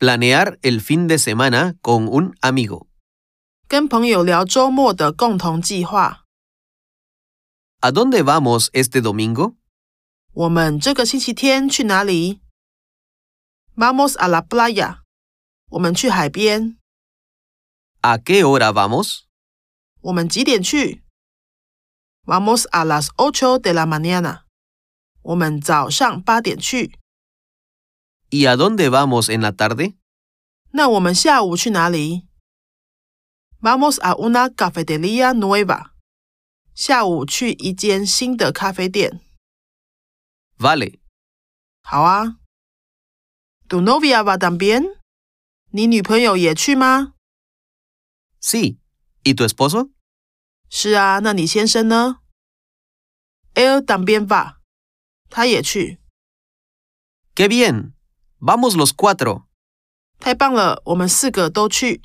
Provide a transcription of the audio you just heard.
Planear el fin de semana con un amigo. 跟朋友聊周末的共同计划。 ¿A dónde vamos este domingo? 我们这个星期天去哪里？Vamos a la playa。我们去海边。 ¿A qué hora vamos? 我们几点去？Vamos a las ocho de la mañana。我们早上八点去。 ¿Y a dónde vamos en la tarde? 那我们下午去哪里？Vamos a una cafetería nueva。下午去一间新的咖啡店。 Vale. 好啊。Tu novia va también？你女朋友也去吗？ Sí. ¿Y tu esposo? 是啊，那你先生呢？Él también va。他也去， ¡Qué bien! Vamos los cuatro. 太棒了，我们四个都去。